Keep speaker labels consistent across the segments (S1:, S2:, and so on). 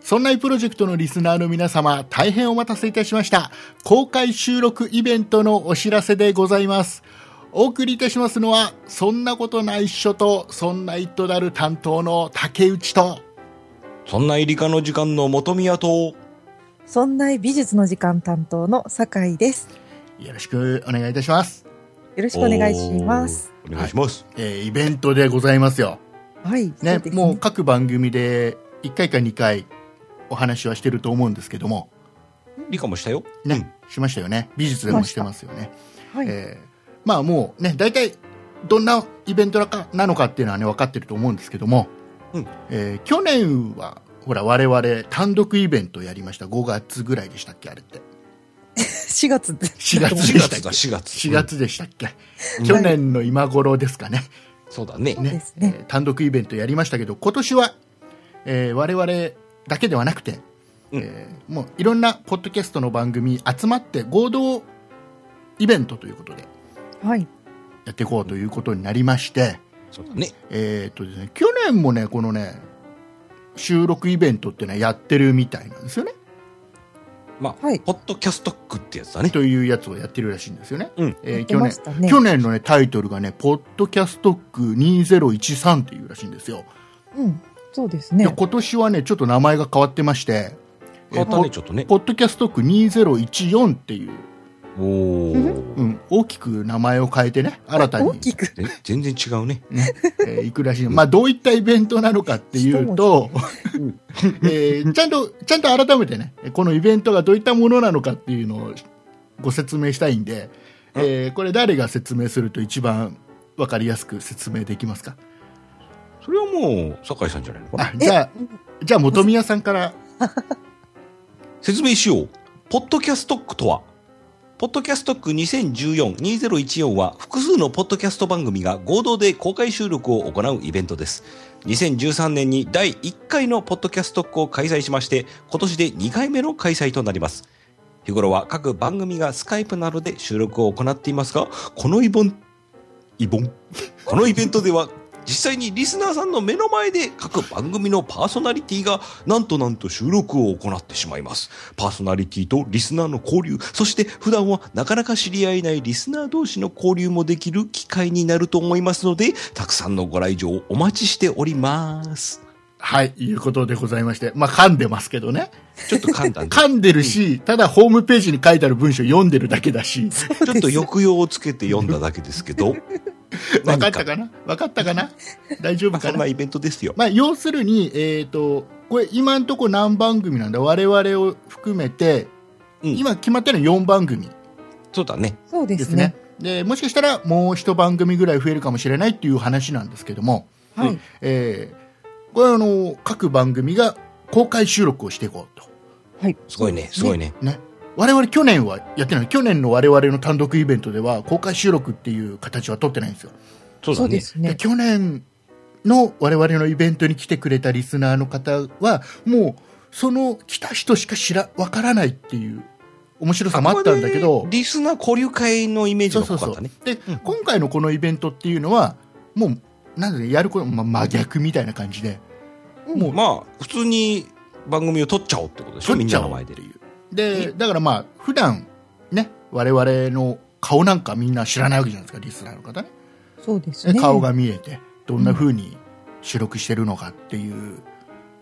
S1: そんないプロジェクトのリスナーの皆様、大変お待たせいたしました。公開収録イベントのお知らせでございます。お送りいたしますのは、そんなことないっしょと、そんな一途なる担当の竹内と、
S2: そんな入りかの時間の元宮と、
S3: そんな美術の時間担当の酒井です。
S1: よろしくお願いいたします。
S3: よろしくお願いします。
S2: おー。お願いします。
S1: えーイベントでございますよ。
S3: はい。
S1: ね
S3: そです
S1: もう各番組で1回か2回お話はしてると思うんですけども、
S2: 理科もしたよ。
S1: ね、しましたよね。美術でもしてますよね。
S3: はい。
S1: えーまあもうね大体どんなイベントなのかなのかっていうのはね分かってると思うんですけども、
S2: うん
S1: えー去年はほら我々単独イベントやりました5月ぐらいでしたっけあれって
S3: 4月で。
S1: 4月でした
S2: 4
S1: っ
S2: 月
S1: け
S2: だ、4月。
S1: 4月でしたっけ、
S2: うん
S1: 去年の今頃ですかね
S2: そうだね。
S3: そうですね
S1: えー単独イベントやりましたけど今年は、えー我々だけではなくて、
S2: うん
S1: えーもういろんなポッドキャストの番組集まって合同イベントということで
S3: はい。
S1: やっていこうということになりまして、
S2: そうだね。
S1: えーっとですね、去年もね、このね、収録イベントってのはやってるみたいなんですよね。
S2: まあ、
S3: はい
S2: ポッドキャストックってやつだね。
S1: というやつをやってるらしいんですよね。
S2: うん
S1: えー
S3: 出
S1: 去
S3: ま
S1: 年
S3: したね
S1: 去年のね、タイトルがね、ポッドキャストック2013っていうらしいんですよ。
S3: うん。そうですね
S1: で。今年はね、ちょっと名前が変わってまして、え
S2: 変
S1: ー
S2: わった
S1: ポ
S2: ね、ちょっとね。
S1: ポッドキャストック2014っていう、
S2: おおー。
S1: うん、大きく名前を変えてね、新たに
S3: 大、きく。
S2: ぜ全然違うね。
S1: ね、えー行くらしい。まあ、どういったイベントなのかっていうと、 えーちゃんと、ちゃんと改めてね、このイベントがどういったものなのかっていうのをご説明したいんで、えーこれ誰が説明すると一番わかりやすく説明できますか
S2: それはもう、酒井さんじゃないのかな。
S1: あ、じゃあ、じゃあ元宮さんから、
S2: 説明しよう。ポッドキャストックとは、ポッドキャストック2014-2014は複数のポッドキャスト番組が合同で公開収録を行うイベントです。2013年に第1回のポッドキャストックを開催しまして、今年で2回目の開催となります。日頃は各番組がスカイプなどで収録を行っていますが、このイボン、イボン、このイベントでは実際にリスナーさんの目の前で各番組のパーソナリティがなんとなんと収録を行ってしまいます。パーソナリティとリスナーの交流、そして普段はなかなか知り合えないリスナー同士の交流もできる機会になると思いますので、たくさんのご来場をお待ちしております。
S1: はい、いうことでございまして、まあ、噛んでますけどね。
S2: ちょっと簡単で。
S1: 噛んでるし、ただホームページに書いてある文章読んでるだけだし、
S2: ちょっと抑揚をつけて読んだだけですけど、
S1: わかったかなわかったかな大丈夫
S2: まあ
S1: か
S2: そん
S1: な
S2: なイベントですよ。
S1: まあ、要するに、えー、とこれ今のところ何番組なんだ我々を含めて、
S2: うん
S1: 今決まってるのは4番組
S2: そうだね。
S3: そうで
S1: ですすね
S3: ね。
S1: でもしかしたらもう一番組ぐらい増えるかもしれないっていう話なんですけども、
S3: はい。
S1: えーこれはあの各番組が公開収録をしていこうと、
S3: はい。
S2: すごいね、すごいね。
S1: ね、我々去年はやってない去年の我々の単独イベントでは公開収録っていう形は取ってないんですよ
S2: そう
S3: そ
S2: だ
S3: うで
S2: ね。
S3: す
S1: で
S3: ね。
S1: 去年の我々のイベントに来てくれたリスナーの方はもうその来た人しか知らわからないっていう面白さもあったんだけ
S2: ここ
S1: ど
S2: までリスナー交流会のイメージ
S1: そ
S2: が
S1: うそ
S2: 濃
S1: うそ
S2: かった
S1: う
S2: ね。
S1: で、
S2: うん
S1: 今回のこのイベントっていうのはもうなんでやること、ま、真逆みたいな感じでもう
S2: まあ、普通に番組を撮っちゃおうってことでしょ
S1: 取
S2: み
S1: っ
S2: ん
S1: ち
S2: な
S1: ゃ
S2: の
S1: おう
S2: 前
S1: っ
S2: で
S1: て。いうでだからまあ普段ね我々の顔なんかみんな知らないわけじゃないですかリスナーの方ね
S3: そうです
S1: ね
S3: ね。
S1: 顔が見えてどんな風に収録してるのかっていう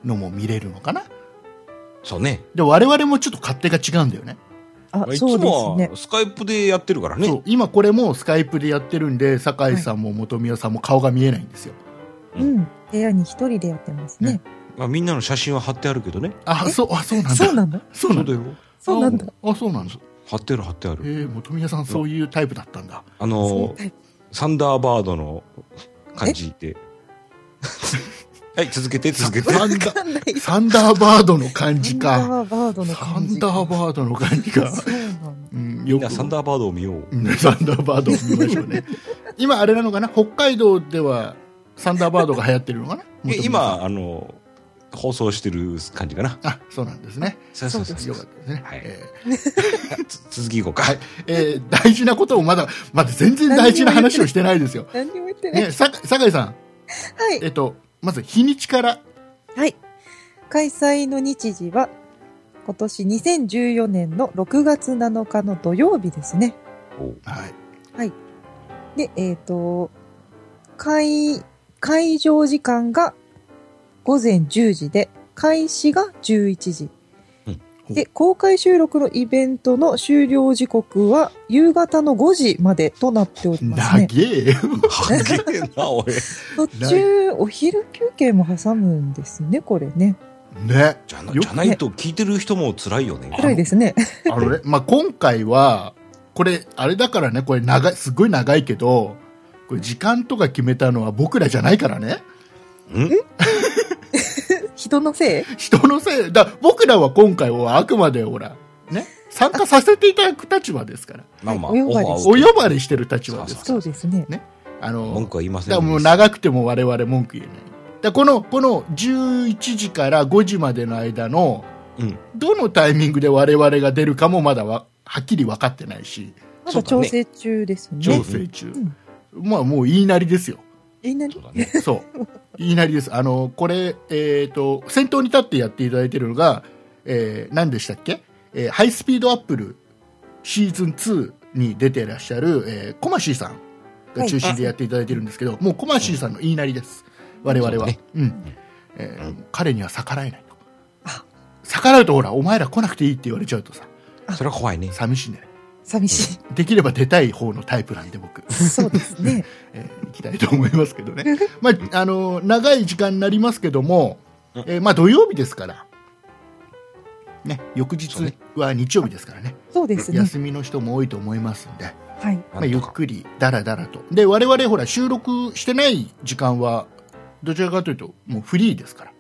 S1: のも見れるのかな
S2: そうね。
S1: で我々もちょっと勝手が違うんだよね
S3: あ
S2: まあ、いつ
S3: そうです
S2: も
S3: ね
S2: は。スカイプでやってるからね。
S1: そう今これもスカイプでやってるんで酒井さんも元宮さんも顔が見えないんですよ、
S2: う
S3: うん。部屋に一人でやってますね。
S2: まあ、みんなの写真は貼ってあるけどね。
S1: あそうあそうなんだ
S3: そうなの
S1: そうなんだ
S2: よ。
S3: そうなんだ。
S1: あそうなんだ
S2: 貼ってある貼ってあ
S1: え
S2: る。
S1: ー、元宮さんそういうタイプだったんだ
S2: あ
S3: そ
S2: の
S3: うタ
S2: ー
S3: イプ
S2: サンダーバードの感じで。 はい、続けて続けて。
S1: サンダ
S3: わかんない。
S1: サンダーバードの感じ
S3: サン
S1: か
S3: ダーバードの
S1: サ
S3: 感
S1: ン
S3: じ。
S1: ダーバードの感じか、
S3: そうなんだ。
S1: うん、
S2: み
S1: よ
S2: んな
S1: く
S2: サンダーバードを見よう。
S1: うんサンダーバードを見ましょう ね今あれなのかな北海道ではサンダーバードが流行ってるのかな
S2: え
S1: 元宮さん
S2: 今、あのー放送してる感じかな。
S1: あ、そうなんですね。
S2: そうそうそうそ
S1: よ
S2: う
S1: かったですね。
S2: はい
S1: え
S2: つ続きいこうか。
S1: はいーえー大事なことをまだ、まだ全然大事な話をしてないですよ。
S3: 何にも言ってない。
S1: ね、さ酒井さん、
S3: はい
S1: え。っと、まず日にちから、
S3: はい。開催の日時は、今年2014年の6月7日の土曜日ですね。
S2: おう
S1: はい、
S3: で、えっ、と、会、会場時間が午前10時で、開始が11時。
S1: うん
S3: で、公開収録のイベントの終了時刻は夕方の5時までとなっております
S1: 長
S3: ね。
S1: えよ。
S2: はっげえな、俺。
S3: 途中、お昼休憩も挟むんですね、これね。
S1: ね。
S2: じゃなじゃないと聞いてる人も辛いよね。
S3: 暗いですね。
S1: あのね、まあ、今回は、これ、あれだからね、これ長い、すごい長いけど、これ時間とか決めたのは僕らじゃないからね。
S2: うん
S3: 人のせい
S1: 人のせい、だ僕らは今回はあくまでほら、ね、参加させていただく立場ですから、
S2: まあまあ、
S3: お呼ばれ
S2: オフ
S1: お
S2: ァーを
S1: 呼ばれしてる立場ですから。
S3: そうですね。
S1: あ
S2: 文
S1: の、
S2: 句は言いま
S1: だ
S2: せ
S1: か
S2: ん
S1: ら
S2: ね。
S1: もう長くても我々文句言えない。だからこの、この11時から5時までの間の、
S2: うん
S1: どのタイミングで我々が出るかもまだわはっきり分かってないし、
S3: ま
S2: そう
S3: だ
S2: だね
S3: 調整中ですね。
S1: 調整中。
S3: うん
S1: まあもう言いなりですよ。
S3: え、な
S2: そう
S3: に
S2: だね。
S1: そう。言いなりです。あの、これ、えっ、と、先頭に立ってやっていただいてるのが、えー何でしたっけ、えーハイスピードアップルシーズン2に出てらっしゃる、えーコマシーさんが中心でやっていただいてるんですけど、もうコマシーさんの言いなりです。我々
S2: そう
S1: は。
S2: だね
S1: うん。えー
S2: う
S1: 彼には逆らえないと
S3: あ。
S1: 逆らうとほら、お前ら来なくていいって言われちゃうとさ、
S2: それは怖いね。
S1: 寂しいね。
S3: 寂し
S1: できれば出たい方のタイプなんで僕。
S3: い。そうですね。
S1: えー行きたいと思いますけどね、 まあ、あの長い時間になりますけども、
S2: うん
S1: えーまあ、土曜日ですから、ね、翌
S2: そ
S1: 日
S2: うね
S1: は日曜日ですからね
S3: そうですね。
S1: 休みの人も多いと思いますんで、
S3: はい。
S1: まあ、ゆっくりだらだらとで我々ほら収録してない時間はどちらかというともうフリーですから、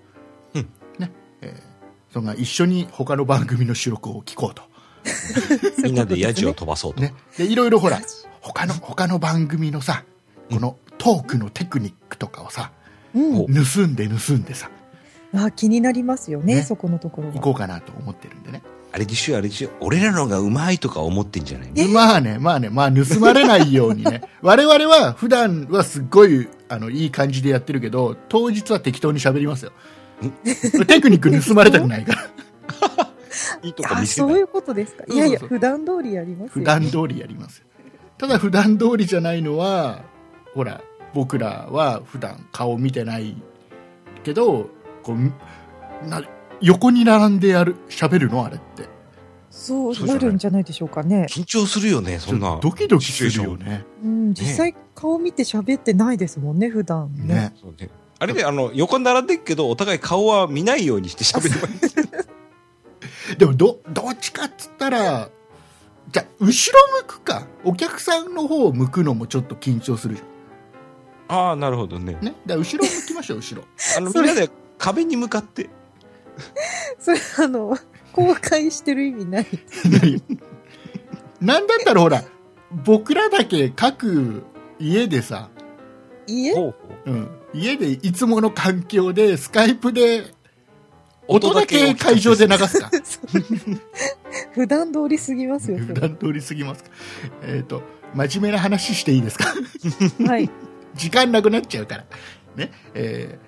S2: うん
S1: ねえーそんな一緒に他の番組の収録を聞こうと。
S2: みんなでヤジを飛ばそうと。
S1: ね、でいろいろほら
S3: マジ
S1: 他の他の番組のさこのトークのテクニックとかをさ
S3: うん。
S1: 盗んで盗んでさ
S3: あ、気になりますよね、
S1: ね
S3: そこのところ
S1: 行
S3: は。
S1: こうかなと思ってるんでね
S2: あれでしょ、あれでしょ。俺らのがうまいとか思ってんじゃないの
S1: まあねまあねまあ盗まれないように ね我々は普段はすっごいあのいい感じでやってるけど当日は適当に喋りますよテクニック盗まれたくないから
S2: いいと
S3: あ、そういうことですか。いやいや、
S1: そうそうそう
S3: 普段通りやります
S1: 普
S3: よ。
S1: 段通りやりますよただ普段通りじゃないのはほら僕らは普段顔見てないけどこうな横に並んでやる喋るのあれって
S3: そう
S2: そうじゃ
S3: な
S2: ない
S3: るんじゃないでしょうかね。
S2: 緊張するよね、そん
S1: ちょ
S2: な
S1: っ。とドキドキするよ
S2: ね。
S1: ね
S3: うん、実際顔見て喋ってないですもんね、普段ね。
S1: ね
S2: そうねあれで、あの、横に並んでるけど、お互い顔は見ないようにし て喋ればいい。
S1: でもどどっちかっつったらじゃあ後ろ向くかお客さんの方を向くのもちょっと緊張するじゃ
S2: ああ、なるほどね。
S1: んねだから後ろ向きましょう後ろ
S2: あの、
S3: そ
S2: みん
S3: れ
S2: なで壁に向かって。
S3: それ、あの、公開してる意味ない。
S1: 何なんだったらほら僕らだけ各家でさ
S3: 家
S2: ほう
S1: うん、家でいつもの環境でスカイプで
S2: ほう
S1: 音だけ会場で流すか
S3: 普段通りすぎますよ、そ
S1: 普
S3: れ
S1: 段通り過ぎますかえっ、と真面目な話していいですか
S3: はい。
S1: 時間なくなっちゃうからねえ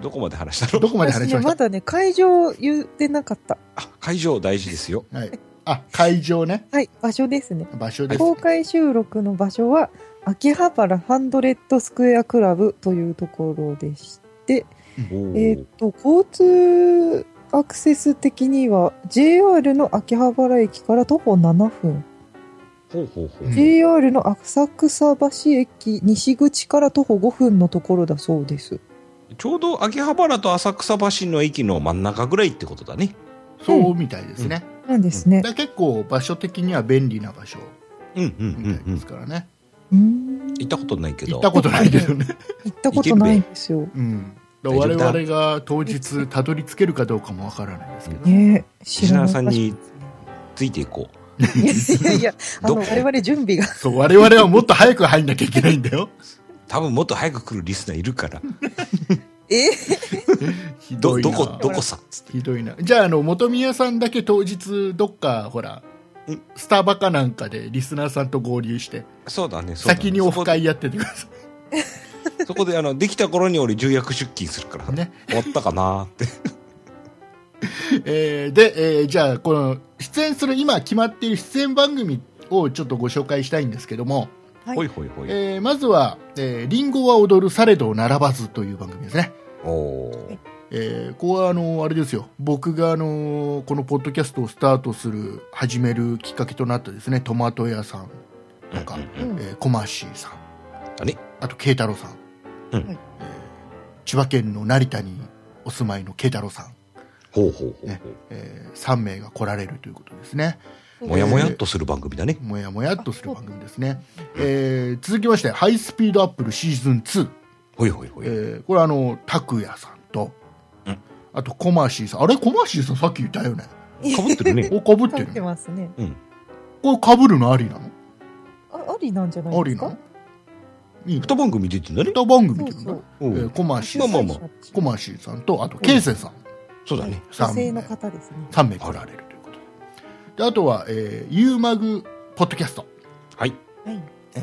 S2: どこまで話した
S1: ーど
S2: の
S1: こまで話し
S3: 私ね、
S1: まし
S3: まだね、会場言ってなかった。
S2: あ会場大事ですよ。
S1: た、はい、あ会場ね
S3: はい、場所ですね。
S1: 場所です、
S3: 公開収録の場所は秋葉原ハンドレッドスクエアクラブというところでして、
S2: お
S3: え
S2: ー
S3: ーっと交通アクセス的には JR の秋葉原駅から徒歩7分、
S2: ほうほうほう。
S1: うん
S3: JR の浅草橋駅西口から徒歩5分のところだそうです
S2: ちょうど秋葉原と浅草橋の駅の真ん中ぐらいってことだね。
S1: そうみたいですね、
S3: なんですね
S1: だから結構場所的には便利な場所
S2: うんうん
S1: みたいですからね、
S3: うーん
S2: 行ったことないけ
S1: 行
S2: ど
S1: っ。たことないけど ね、
S3: 行ったことないんですよ
S1: うん、だ
S2: 大
S1: から
S2: 丈夫だ
S1: 我々が当日たどり着けるかどうかもわからないですけど、
S3: ねえ知
S2: 石
S3: ら
S2: 原
S3: ない
S2: さんについていこ
S3: いやいやいやあ
S2: ど
S3: の
S2: こ
S3: 我々準備が
S1: そう我 々はもっと早く入んなきゃいけないんだよ
S2: う。多分もっと早く来るリスナーいるから。
S3: え
S1: ひど
S2: ど
S1: いな
S2: どこどこさっつって
S1: ひどいなじゃああの元宮さんだけ当日どっかほら
S2: うん
S1: スタバかなんかでリスナーさんと合流して
S2: そうだねそうだね
S1: 先にオフ会やっててくださ
S2: そこそこであのできた頃に俺重役出勤するから、
S1: いね、
S2: 終わったかなーって
S1: えーで、えーじゃあこの出演する今決まっている出演番組をちょっとご紹介したいんですけども、
S3: はい
S2: ほいほいほい、
S1: えーまずは、えーリンゴは踊るされど並ばず」という番組ですね
S2: おー
S1: えーここはあのあれですよ僕があのこのポッドキャストをスタートする始めるきっかけとなったですねトマト屋さんとか、
S2: うんうん
S3: うん
S1: えーコマーシーさん
S2: だね
S1: あと慶太郎さん、
S2: うん
S1: えー千葉県の成田にお住まいの慶太郎さん、
S2: ほうほうほうほう、
S1: ねえ3名が来られるということですね
S2: もやも やっとする番組だね、
S1: もやもやっとする番組ですね、えー続きまして「ハイスピードアップルシーズン2」
S2: ほいほいほい、
S1: えーこれあの拓也さんと、
S2: うん
S1: あとコマーシーさんあれコマーシーさんさっき言ったよね
S2: かぶっ てるね
S1: おかぶって
S3: 食
S1: る
S3: べて
S1: ね
S3: ますね。
S1: これかぶるのありなの
S3: あありなんじゃない
S1: あ
S3: で
S1: り
S3: す
S1: な
S3: か
S1: のいい
S2: 二番組出てんだね、
S1: 歌番組
S3: そ
S1: で
S3: う
S1: も
S3: そ
S1: な
S3: う。
S2: うん
S1: えーコマーシ
S2: まあ
S1: ー
S2: ま
S1: さ
S2: あ
S1: ん
S2: まあ
S1: コマーシーさんとあとケイセンさん
S2: そうだね
S3: 女
S1: 3
S3: 性の
S1: 名
S3: 方ですね。
S1: 三名来られるということでであとは、えー、ユーマグポッドキャスト、
S2: はい
S3: はい。
S1: えー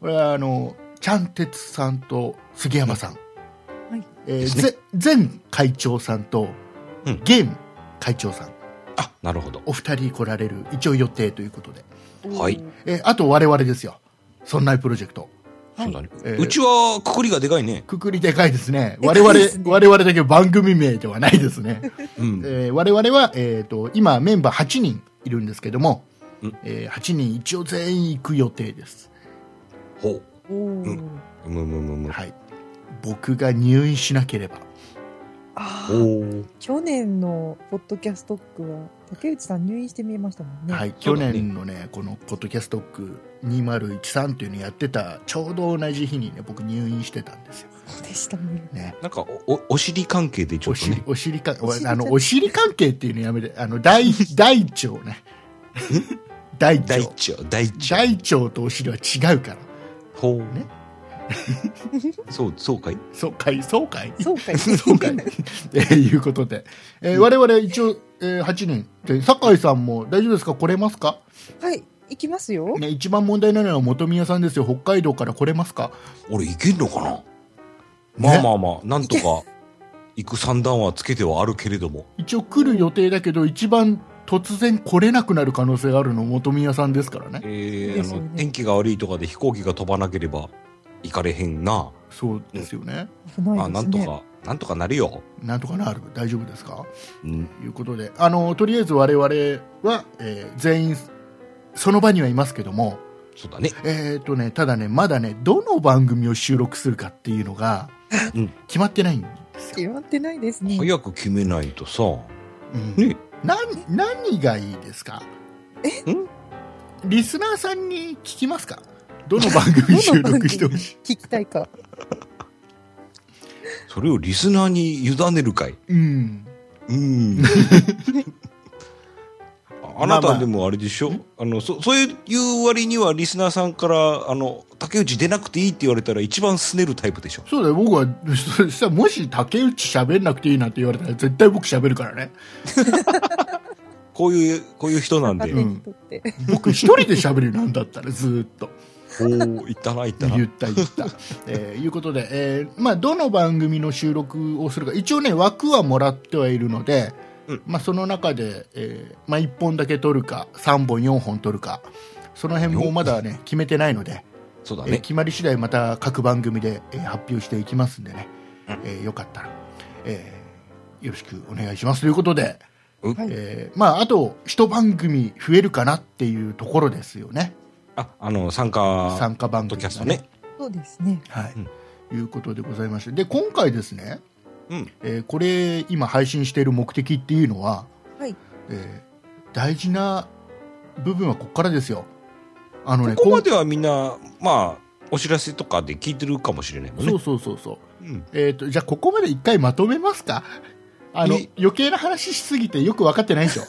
S1: これはあのちゃんてつさんと杉山さん、
S3: はい
S1: えー
S2: ですね
S1: ぜ前会長さんと
S2: うん
S1: 現会長さん
S2: あなるほど
S1: お二人来られる一応予定ということで、
S2: はい
S1: えーあと我々ですよそんなプロジェクト
S2: そうだね、
S1: えー
S2: うちはくくりがでかいね。
S1: くくりでかいですね。
S3: で
S1: 我
S3: かい
S1: 々、
S3: ですね
S1: 我々だけ番組名ではないですね。
S2: うん。
S1: えー我々は、えっ、と、今メンバー8人いるんですけども、
S2: うん
S1: えー8人一応全員行く予定です。
S2: ほう。
S3: おおー。
S2: むむむむ。
S1: はい。僕が入院しなければ。
S3: あ
S2: ほ
S3: あ。
S2: う。
S3: 去年のポッドキャストックは竹内さん入院して見えましたもんね。
S1: はい。
S2: そ
S1: 去
S2: うだね
S1: 年のね、このポッドキャストク2013というのやってた、ちょうど同じ日にね、僕入院してたんですよ。
S3: そうでしたね。
S1: ね。
S2: なんかお、お、お尻関係でちょ
S1: お
S2: っと
S1: 尻
S2: ね、。
S1: お尻か
S3: お尻、
S1: あの、お尻関係っていうのやめて、あの、 大、大腸ね。大腸
S2: 大。腸、大腸。
S1: 大腸とお尻は違うから。
S2: ほう。
S1: ね
S2: ね。そう、そうかい
S1: そうかい、そうかい。
S3: そうかい。
S1: そうかい。えーいうことで。えー我々一応、えー8人。で、酒井さんも大丈夫ですか来れますか
S3: はい。行きますよ。
S1: ね、一番問題なのは元宮さんですよ。北海道から来れますか
S2: 俺いけんのかなまあまあまあ、なんとか、行く三段はつけてはあるけれども。
S1: 一応来る予定だけど、一番突然来れなくなる可能性があるの元宮さんですからね。
S2: ええ、
S3: です
S2: あ
S3: よね
S2: の、天気が悪いとかで飛行機が飛ばなければ、行かれへんな。
S1: そうですよね。
S3: 危ないですね。
S2: あ、なんとか、なんとかなるよ。
S1: なんとかなる。大丈夫ですか
S2: うん。
S1: ということで。あの、とりあえず我々は、えー全員、その場にはいますけども、
S2: そうだね。
S1: えーとね、ただね、まだね、どの番組を収録するかっていうのが
S2: うん、
S1: 決まってないんで
S3: 決まってないですね。
S2: 早く決めないとさ。
S1: うん
S2: ね。
S1: 何何がいいですか
S2: ん
S1: リスナーさんに聞きますかどの番組収録してほしい
S3: 聞きたいか。
S2: それをリスナーに委ねるかい。
S1: うん
S2: うん。ああな
S1: まあま
S2: た
S1: あ
S2: でもあれでしょ、あのそそういう割にはリスナーさんからあの竹内出なくていいって言われたら一番すねるタイプでしょ
S1: そうだよ僕はそしたらもし竹内喋んなくていいなんて言われたら絶対僕喋るから ね
S2: こういうこういう人なんで、
S3: 誰にとって。
S1: 僕一人で喋るよなんだったらずーっと
S2: おおいったないったな
S1: 言った言った、えーいうことで、えーまあ、どの番組の収録をするか一応ね枠はもらってはいるので、
S2: うん
S1: まあ、その中で、えーまあ、1本だけ取るか3本4本取るかその辺もまだね決めてないので、
S2: そうだ
S1: えー
S2: ね
S1: 決まり次第また各番組で、えー発表していきますんでね、えーよかったら、えーよろしくお願いしますということで、
S2: うん
S3: はい
S1: えーまあ、あと一番組増えるかなっていうところですよね
S2: ああの参加
S1: 参加番
S2: ポッド
S1: 組
S2: キ
S1: が
S2: ャストね
S3: そうですね。
S1: はい、
S2: うん
S1: いうことでございましてで今回ですね、
S2: うん
S1: えーこれ今配信している目的っていうのは、
S3: はい。
S1: えー大事な部分はここからですよあのね
S2: ここまではみんなまあお知らせとかで聞いてるかもしれないも
S1: こん
S2: んね
S1: そうそうそうそう
S2: うん、
S1: えー、とじゃあここまで一回まとめますかあの
S2: い
S1: 余計な話しすぎてよく分かってないでしょ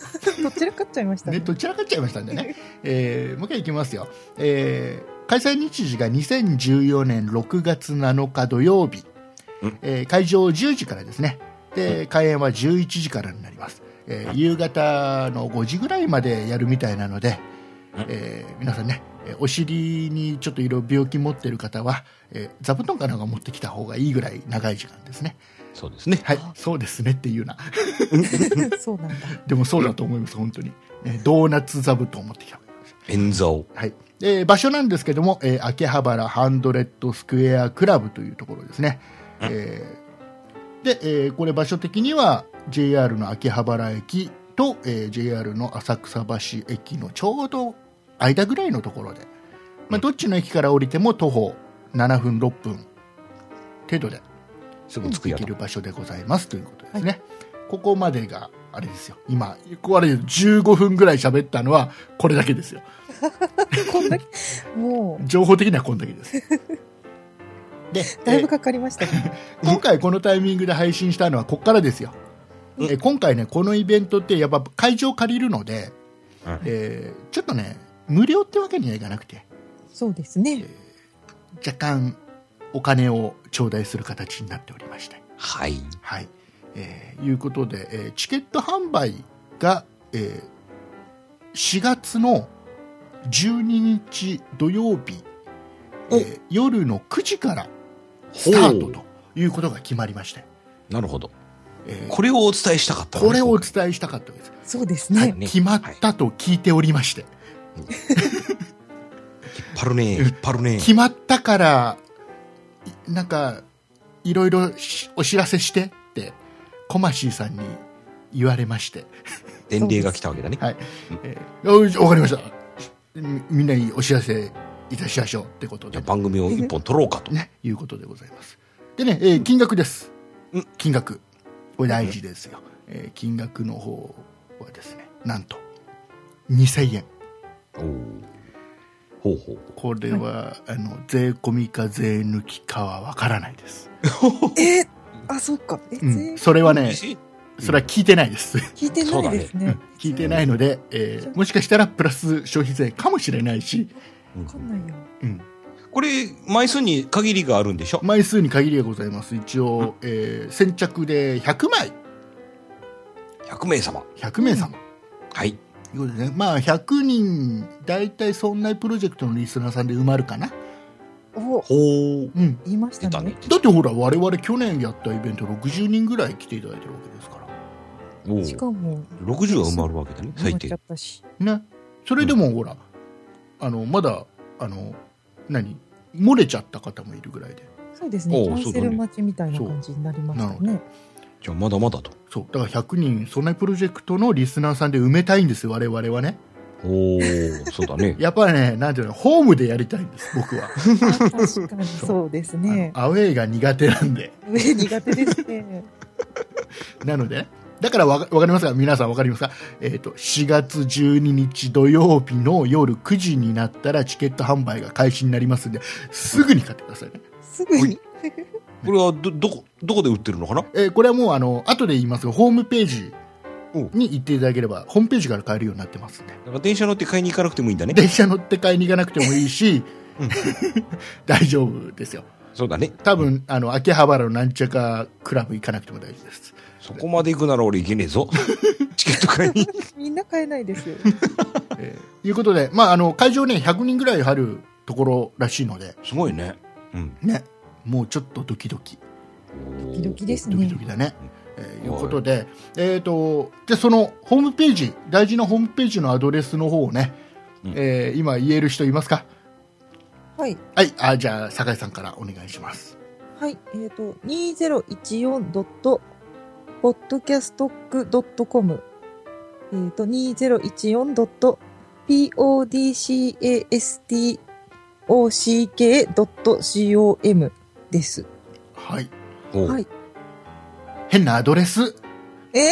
S3: どちらかっちゃ いました
S1: ね、
S3: ね。
S1: どちらかっちゃいましたんでね、 えーもう一回いきますよ、えー開催日時が2014年6月7日土曜日、
S2: うん
S1: えー会場10時からですねで開演は11時からになります、えー夕方の5時ぐらいまでやるみたいなので、
S2: うん
S1: えー皆さんねえーお尻にちょっといろいろ病気持ってる方は、えー座布団かなんか持ってきた方がいいぐらい長い時間ですね。
S2: そうですね。
S1: はい、そうですねっていうな。
S3: そうなんだ。
S1: でもそうだと思います、本当に。えードーナツ座布団持ってきた。
S2: 円座
S1: はい。えー場所なんですけども、えー秋葉原ハンドレッドスクエアクラブというところですね。
S2: うん
S1: えーで、えーこれ場所的には JR の秋葉原駅と、えー JR の浅草橋駅のちょうど間ぐらいのところで、まあ、どっちの駅から降りても徒歩7分、6分程度です
S2: ぐ着く
S1: で
S2: や
S1: き
S2: と
S1: る。場所でございますということですね。ここまでがあれですよ。今、ここあれ15分ぐらい喋ったのはこれだけですよ。
S3: こんだけ、も
S1: 情報的にはこんだけです。で、
S3: う、だい
S1: え
S3: ぶかかりましたけど。
S1: 今回このタイミングで配信したのはここからですよ。
S2: うん
S1: え今回ね、このイベントってやっぱ会場借りるので、
S2: うん
S1: えーちょっとね、無料ってわけにはいかなくて、
S3: そうですね。
S1: 若干お金を頂戴する形になっておりまして。
S2: はい。
S1: はい。えーいうことで、えーチケット販売が、えー4月の12日土曜日、え
S2: お
S1: ー夜の9時からスタートということが決まりまして、
S2: なるほど。
S1: えー
S2: これをお伝えしたかったのね
S1: これをお伝えしたかったです。
S3: そうです
S1: は
S3: ね。
S1: い、
S2: ね
S1: 決まったと聞いておりまして、
S2: 引っ張るね。引っ張るね。
S1: 決まったから、いなんか、いろいろしお知らせしてって、コマシーさんに言われまして、
S2: 伝令が来たわけだね。
S1: はい。えーよし、わかりました。みみんなにお知らせいたしましょうってこと
S2: じ
S1: で
S2: ゃあ、番組を一本取ろうかと。
S1: ね、いうことでございます。でね、えー金額です
S2: うん。
S1: 金額。これ大事ですよ。えー金額の方はですね、なんと、2000円。
S2: おーほうほう。
S1: これは、あの、税込みか税抜きかはわからないです。
S3: えーあ、そうか。え、
S1: う
S3: 全員
S1: ん。それはね、
S2: 2000
S1: それは聞いてないです。
S3: 聞いてないですね。
S1: 聞いてないので、えーもしかしたらプラス消費税かもしれないし、
S3: わかんないよ。
S1: うん。
S2: これ、枚数に限りがあるんでしょ
S1: 枚数に限りがございます一応、えー先着で100枚
S2: ?100 名様。
S1: 100名様、
S2: はい。
S1: ということでねまあ100人大体そんなプロジェクトのリスナーさんで埋まるかな、
S3: お、
S2: ほう。
S1: うん、
S3: 言いまし
S2: 出た
S3: たね
S2: ね。。
S1: だってほら我々去年やったイベント60人ぐらい来ていただいてるわけですか
S2: お
S3: し
S2: ー
S3: かも、
S2: 60は埋まるわけだね、
S3: 埋
S2: 最
S3: まっちゃ
S2: 低
S3: っ。たし。
S1: らねそれでもほら、あのまだあの何漏れちゃった方もいるぐらいで
S3: そうですね。
S2: お
S3: キ
S2: う
S3: ャンセル待ちみたいな感じになりました
S1: そうな
S3: ね。
S2: じゃあ、まだまだと。
S1: そうだから100人そんなプロジェクトのリスナーさんで埋めたいんですよ我々はね
S2: おー、そうだ ね。
S1: やっぱりねなんていうのホームでやりたいんです僕は
S3: あ確かにそうですね。
S1: あのアウェーが苦手なんで
S3: 上苦手ですね。
S1: なのでね、だからわかわかりますか皆さんわかりますかえっ、と、4月12日土曜日の夜9時になったらチケット販売が開始になりますんで、すぐに買ってくださいね。
S3: すぐに。
S2: これは、ど、どこ、どこで売ってるのかな
S1: えーこれはもうあの、後で言いますが、ホームページに行っていただければ、ホームページから買えるようになってますんで。
S2: だから電車乗って買いに行かなくてもいいんだね。
S1: 電車乗って買いに行かなくてもいいし、
S2: うん
S1: 大丈夫ですよ。
S2: そうだね。
S1: 多分、あの、秋葉原のなんちゃかクラブ行かなくても大丈夫です。
S2: そこまで行くなら俺行けねえ ぞ。チケット買いに。
S3: みんな買えないですよ。
S1: えーいうことで、まあ、あの、会場ね、100人ぐらい入るところらしいので、
S2: すごいね。うん。
S1: ね、もうちょっとドキドキ。
S2: ド
S3: キドキです
S1: ドキ
S3: ね
S1: ドキだね。えーいうことで、えー、とじゃあそのホームページ大事なホームページのアドレスの方をね、
S2: うん
S1: えー今言える人いますか
S3: はい。
S1: はいあじゃあ酒井さんからお願いします
S3: はい。えっ、ー、と、2014.podcast.com。えっ、ー、と、2014.podcast.ok.com です。
S1: はい
S2: お
S3: はい
S1: 変なアドレス
S3: えー、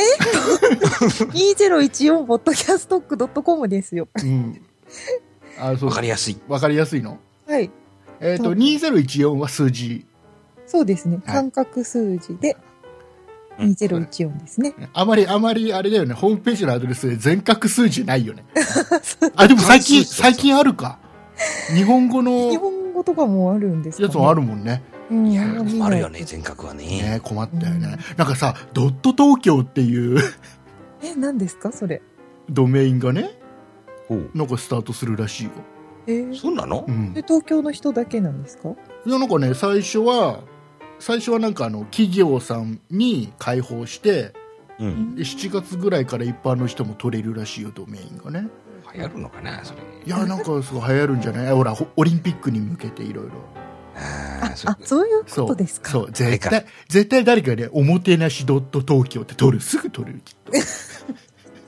S3: ?2014podcast.com ですよ。
S1: うんあそう
S2: わかりやすい。
S1: わかりやすいの
S3: はい。
S1: えっ、と
S3: そう
S1: 2014は数字
S3: そうですね。
S1: はい
S3: 間隔数字で
S2: うん
S3: 2014ですね。
S1: あまりあまりあれだよねホームページのアドレスで全角数字ないよね
S3: そう
S1: あでも最
S2: 関
S1: 近
S2: 数
S1: 最近あるか日本語
S3: 日
S1: の
S3: 本語とかもあるんですか、
S1: やつもあるもんね
S3: ううん
S2: いや
S3: なんか見
S2: 困
S3: ない
S2: るよね全角はね
S1: ね、困ったよね。なんかさ、ドット東京っていう
S3: え、何ですかそれ。
S1: ドメインがね、
S2: ほう
S1: なんかスタートするらしいよ。
S3: えー、
S2: そうなの
S1: うん
S3: で。東京の人だけなんですか
S1: いやなんかね最初は最初はなんかあの企業さんに開放して
S2: うん
S1: で7月ぐらいから一般の人も取れるらしいよドメインがね
S2: 流行るのかなそれ
S1: いやなんかすごい流行るんじゃないほらほオリンピックに向けていろいろ
S2: あ
S3: あ
S2: ー、そ
S3: あそういうこ
S1: そ
S3: と
S1: う
S3: ですか
S1: そう絶
S2: あれ
S1: 対絶対誰かねおもてなしドット東京って取るすぐ取れるきっ
S2: う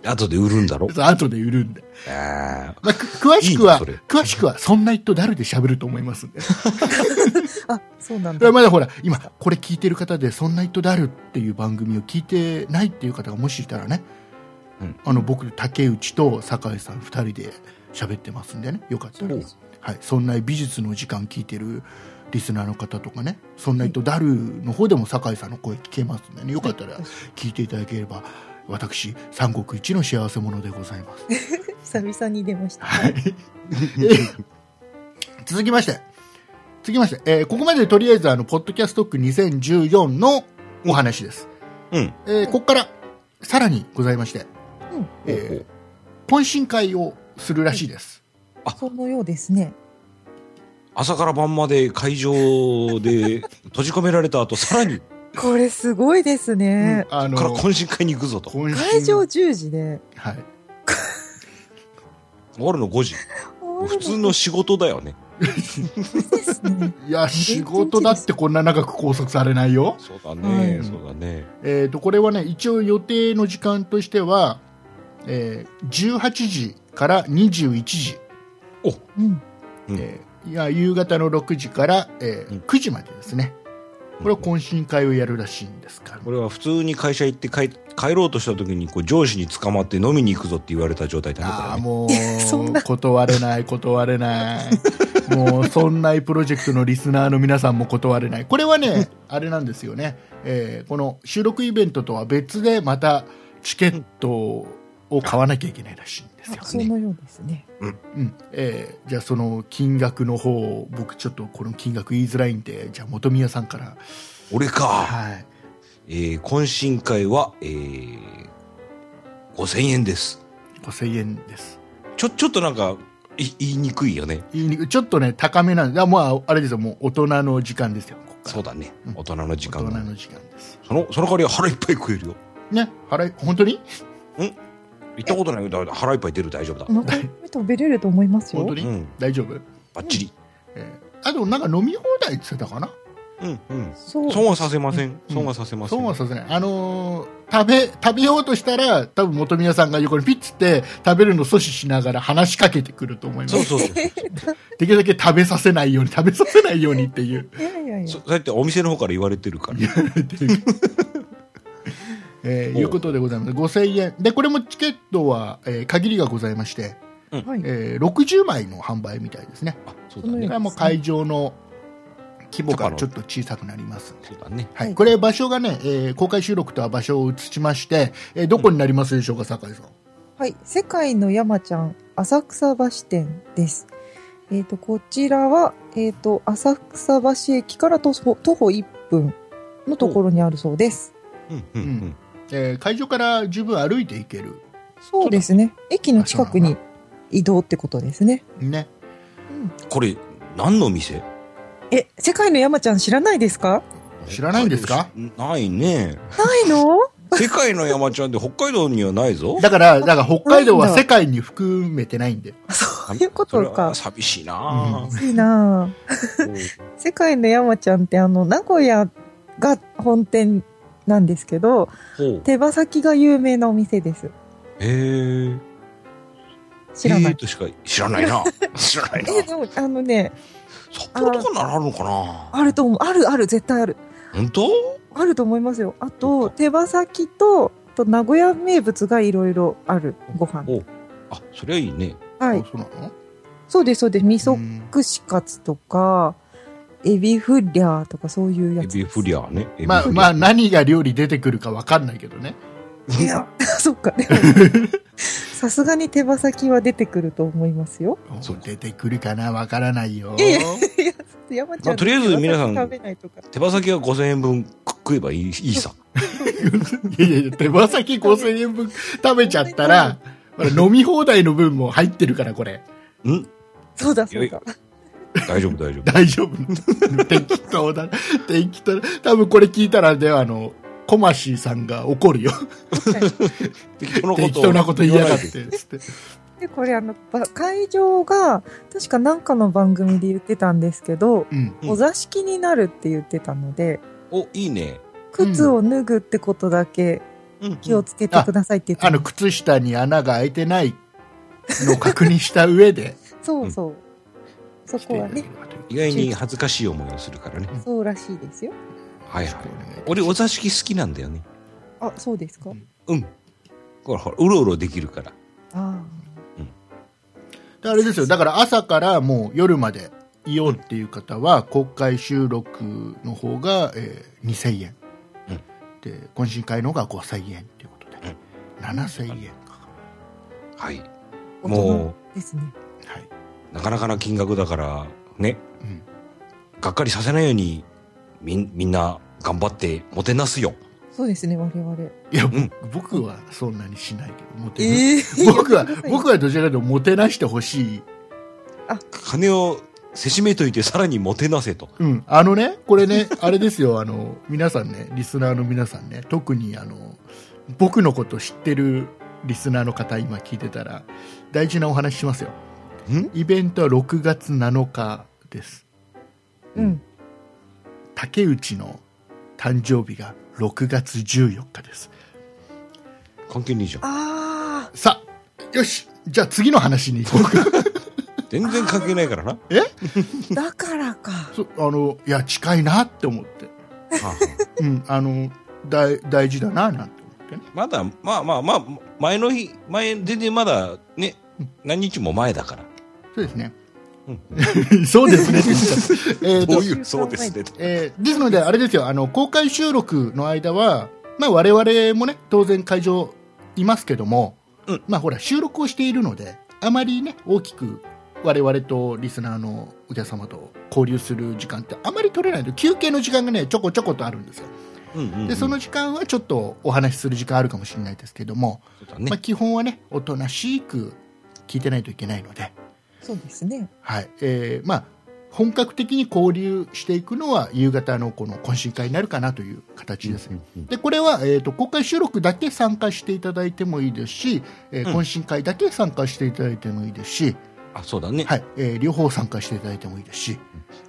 S2: 後で売るんだろ
S1: とそう後で売るんで、
S2: あー
S1: まあ、く詳しくはい
S2: いねそれ
S1: 詳しくはそんな人誰で喋ると思いますんで
S3: あ、そうなん
S1: いや
S3: だ。
S1: まだほら今これ聞いてる方で「そんな人だる」っていう番組を聞いてないっていう方がもしいたらね、
S2: うん
S1: あの僕竹内と酒井さん2人で喋ってますんでねよかったら
S2: そう
S1: はい、そんな美術の時間聞いてるリスナーの方とかね「そんな人だる」の方でも酒井さんの声聞けますんでねよかったら聞いていただければ私三国一の幸せ者でございます。
S3: 久々に出ました。
S1: はい続きまして、続きまして、えーここまでとりあえずあの、ポッドキャストック2014のお話です。
S2: うん
S1: えーここから、さらにございまして、
S3: うん
S1: えー懇親会をするらしいです。
S3: そのようですね。
S2: 朝から晩まで会場 で閉じ込められた後さらに
S3: これすごいですね。
S1: うんあ
S2: から
S1: の、
S2: 懇親会に行くぞと終
S1: 懇親
S3: 会場10時で。
S1: はい。
S2: わるの5時普通の仕事だよね
S3: ですね。
S1: いや、仕事だってこんな長く拘束されないよ。
S2: そうだ
S3: は
S2: ね
S1: い
S2: そうだね
S1: えっ、と、これはね、一応予定の時間としては、えー18時から21時。
S3: うん。
S2: うん
S1: えーいや夕方の6時から、えー
S2: うん
S1: 9時までですね、これは懇親会をやるらしいんですから、
S2: これは普通に会社行って帰帰ろうとした時にこう上司に捕まって飲みに行くぞって言われた状態だねこれ
S1: ああ
S2: ね
S1: もう
S3: そんな
S1: 断れない断れないもうそんなプロジェクトのリスナーの皆さんも断れないこれはねあれなんですよね、えーこの収録イベントとは別でまたチケットを買わなきゃいけないらしいんですよ
S3: あ、そのようですね。
S1: うんえーじゃあその金額の方を僕ちょっとこの金額言いづらいんでじゃあ本宮さんから
S2: 俺か、
S1: はい
S2: えー懇親会は、えー、5000円です
S1: 5000円です
S2: ちょちょっとなんかい言いにくいよね
S1: 言いにくいちょっとね、高めなんで、あまあ、あれですよ、もう大人の時間ですよ、ここか
S2: そうだね大人の時
S1: ら。
S2: 間
S1: 大
S2: が
S1: 人の時間です。
S2: そのその代わりは腹いっぱい食えるよ
S1: ね、払い、本当に
S2: 行ったことないけど腹いっぱい出る大丈夫だ
S3: お腹いっぱい食べれると思います
S1: 本当
S3: よ。
S1: に、
S2: うん
S1: 大丈夫
S2: バッチリ
S1: えーあと、なんか飲み放題って言ってたかな
S2: うんうん
S3: そう。
S2: 損はさせません
S1: うん
S2: 損はさせません
S1: そうはさせない。あのー食べ、食べようとしたら、多分元宮さんが横にピッつって、食べるの阻止しながら話しかけてくると思いま
S2: そう
S1: す。
S2: そうそう
S1: できるだけ食べさせないように、食べさせないようにって いう。
S3: いやいやい
S2: そ
S3: や。
S2: そうやってお店の方から言われてるから
S1: えー
S2: おう
S1: いうことでございます。5000円。で、これもチケットは、えー限りがございまして、
S3: はい。
S1: えー60枚の販売みたいですね。
S2: あそうだね
S1: これはもう会場の規模がちょっと小さくなりますんで
S2: そうだね
S1: は
S3: はい
S1: い、これ場所がね、えー公開収録とは場所を移しまして、えーどこになりますでしょうか、酒井さん。
S3: はい。世界の山ちゃん、浅草橋店です。えっ、と、こちらは、えっ、と、浅草橋駅から徒歩徒歩1分のところにあるそうです。
S2: うんうんう
S1: うん
S2: ん
S1: えー会場から十分歩いていける。
S3: そうですね。駅の近くに移動ってことですね。
S1: ね。
S3: うん
S2: これ何の店
S3: え、世界の山ちゃん知らないですか
S1: 知らないんですか
S2: ないね
S3: ないの
S2: 世界の山ちゃんって北海道にはないぞ
S1: だから、だから北海道は
S3: なんだ
S1: 世界に含めてないんで。
S3: そう いうこ
S2: そ
S3: と
S2: れ
S3: か
S2: は。寂しいなぁ
S3: いいなぁ世界の山ちゃんってあの、名古屋が本店なんですけど、
S2: ほう
S3: 手羽先が有名なお店です。
S2: へえ
S3: 知らな
S2: えー
S3: い。
S2: としか知 らないな知らないな
S3: え、でも、あのね、
S2: 札幌とかならあるのかな
S3: あると思う。あるある、絶対ある。
S2: 本当
S3: あると思いますよ。あ
S2: そ
S3: と、
S2: っ
S3: 手羽先と、と名古屋名物がいろいろあるご飯。
S2: おあそりゃいいね
S3: はい
S1: あ。そうなの
S3: そうです、そうです。味
S1: う
S3: 噌
S1: ん
S3: 串カツとか、エビフリャーとかそういうや
S2: エ
S3: つです。
S2: ビフリアね
S1: まあ、まあ、
S2: あ
S1: 何が料理出てくるかわかんないけどね。
S3: いや、 そっか。でもさすがに手羽先は出てくると思いますよ。
S2: そう
S1: 出てくるかなわからないよ。
S3: いやいや山ち
S2: ま
S3: ゃ
S2: あ
S3: ん、
S2: とりあえず皆さん
S3: 食べないとか。
S2: 手羽先が5000円分食えばいいいいさ。
S1: いやいやいや、手羽先5000円分食べちゃったら、ほら飲み放題の分も入ってるから、これ。
S2: ん
S3: そうだそうだ。
S2: 大丈夫、大丈夫。
S1: 大丈夫。適当だ。適当だ。多分これ聞いたら、では、あの、コマシーさんが怒るよ。
S2: 適当な
S1: 適当なこと言いやがって。つって
S3: で、これあの、ば会場が、確かなんかの番組で言ってたんですけど、
S1: うん。
S2: うん
S3: お座敷になるって言ってたので、
S2: お、いいね。
S3: 靴を脱ぐってことだけ
S2: うん。
S3: 気をつけてくださいって言って
S1: あ
S3: た、
S1: の、靴下に穴が開いてないのを確認した上で。
S3: そうそう。そこはね、
S2: 意外に恥ずかしい思いをするからね。
S3: そうらしいですよ。
S2: はいはい。
S1: 俺
S2: 俺、お座敷好きなんだよね。
S3: あ、そうですか。
S2: うん。ほらほら、うろうろできるから。
S3: あ
S1: あれですよだから朝からもう夜までいようっていう方は公開収録の方が、えー、2000円、
S2: うん
S1: で懇親会の方が5000円ということで、7000円かか
S2: はい。
S3: あ、
S2: も
S3: うですね。
S1: るはい、
S2: う、なかなかな金額だから、ね、
S1: うん、
S2: がっかりさせないように、みん、みんな頑張ってもてな すよ。
S3: そうですね、我々。
S1: いや、
S2: ん
S1: 僕はそんなにしないけどモテな
S3: ええ
S1: 僕は僕はどちらかというともてなしてほしい、
S2: 金をせしめといてさらにもてなせと。
S1: うん、あのねこれねあれですよあの皆さんねリスナーの皆さんね特にあの僕のこと知ってるリスナーの方今聞いてたら大事なお話しますよ
S2: ん
S1: イベントは6月7日です
S3: うん。
S1: 竹内の誕生日が6月14日です
S2: 関係ねえじゃん。
S3: ああ、
S1: さあよしじゃあ次の話に行こうか
S2: 全然関係な いからな。は
S3: だからか。
S1: そあのいや近いなって思って、
S2: あはあ
S1: うん、あの大大事だななんて思ってね
S2: まだ、まあまあまあ、前の日、前、全然まだね、何日も前だから。
S1: そう ですね
S2: うん、
S1: そうですねって言っちゃった えー
S2: ど
S1: と
S2: ういう、そうですね。
S1: えーですのであれですよあの公開収録の間は、まあ、我々もね当然会場いますけども、
S2: うん
S1: まあほら収録をしているのであまりね大きく我々とリスナーのお客様と交流する時間ってあまり取れないので休憩の時間がねちょこちょことあるんですよ
S2: うんうんうん
S1: でその時間はちょっとお話しする時間あるかもしれないですけども、
S2: そうだね
S1: まあ、基本はねおとなしく聞いてないといけないので、
S3: そうですね。
S1: はいえーまあ、本格的に交流していくのは夕方のこの懇親会になるかなという形です、
S2: うんうんうん
S1: でこれは、えー、と公開収録だけ参加していただいてもいいですし、えー
S2: うん
S1: 懇親会だけ参加していただいてもいいですし、
S2: あ、そうだね。
S1: はいえー両方参加していただいてもいいですし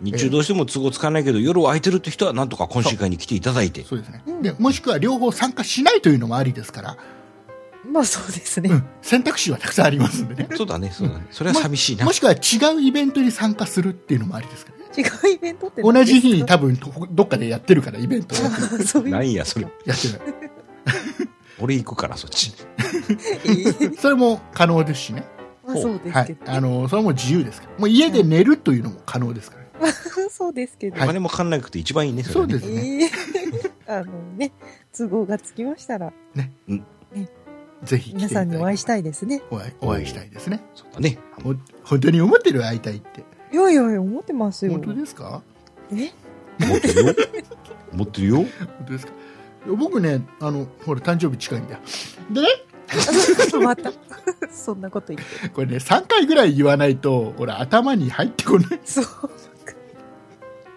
S2: 日中どうしても都合つかないけど、夜は空いてるって人は、なんとか懇親会に来ていただいて。
S1: そうです、ね
S3: うん
S1: でもしくは両方参加しないというのもありですから、
S3: まあそうです
S1: う
S3: ね。
S1: ん、選択肢はたくさんありますんでね
S2: そうだね、そうだね。それは寂しいな
S1: も。しくは違うイベントに参加するっていうのもありですから、ね、
S3: 違うイベントって何
S1: 同じ日
S3: です
S1: に
S3: か
S1: 多分どっかでやってるからイベントを やってる
S3: そういう
S2: なんや、それ。
S1: やってる
S2: 俺行くから、そっち。
S3: ええ
S1: それも可能ですしね
S3: まあ そうで
S1: は
S3: す
S1: い
S3: け、ど。
S1: あのそれはもう自由ですからもう家で寝るというのも可能ですから、
S3: そうですけど。
S2: お金もかかんなくて一番いいね、れ
S1: そう
S2: ね
S1: ですね、
S3: ええ あのね、都合がつきましたら、
S1: ぜひ来て
S3: 皆さんにお会いした
S1: い
S3: いですね。
S1: お会いお会いしたいですね
S2: そうだね。
S1: ほん本当に思ってる会いたいって
S3: いやいやいや、思ってますよ
S1: 本。当ですか
S3: え
S2: 持ってるよ。持ってるよ。
S1: 本当ですかいや僕ねあのほら誕生日近いんだよでね
S3: あ また、そんなこと言って。
S1: これね3回ぐらい言わないとほら頭に入ってこない
S3: そう。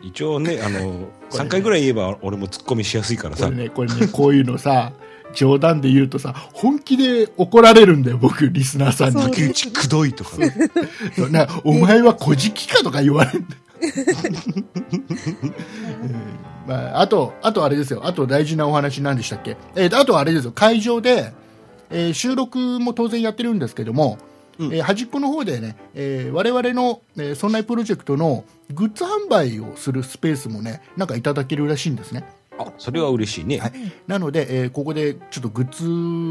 S2: 一応ね、あの、3回ぐらい言えば俺も突っ込みしやすいから
S1: こ
S2: さ
S1: れ。ねこれねこういうのさ冗談で言うとさ本気で怒られるんだよ僕リスナーさんに
S3: そう
S2: 竹内くどいとかね。
S1: そうなお前は小じきかとか言われるんだよ、 うんまあ、あとあとあれですよあと大事なお話何でしたっけ、えーとあとはあれですよ会場で、えー収録も当然やってるんですけども、
S2: うん
S1: えー端っこの方でね、えー我々の、えー、そんなプロジェクトのグッズ販売をするスペースもねなんかいただけるらしいんですね
S2: あ、それは嬉しいね。
S1: なので、えーここでちょっとグッ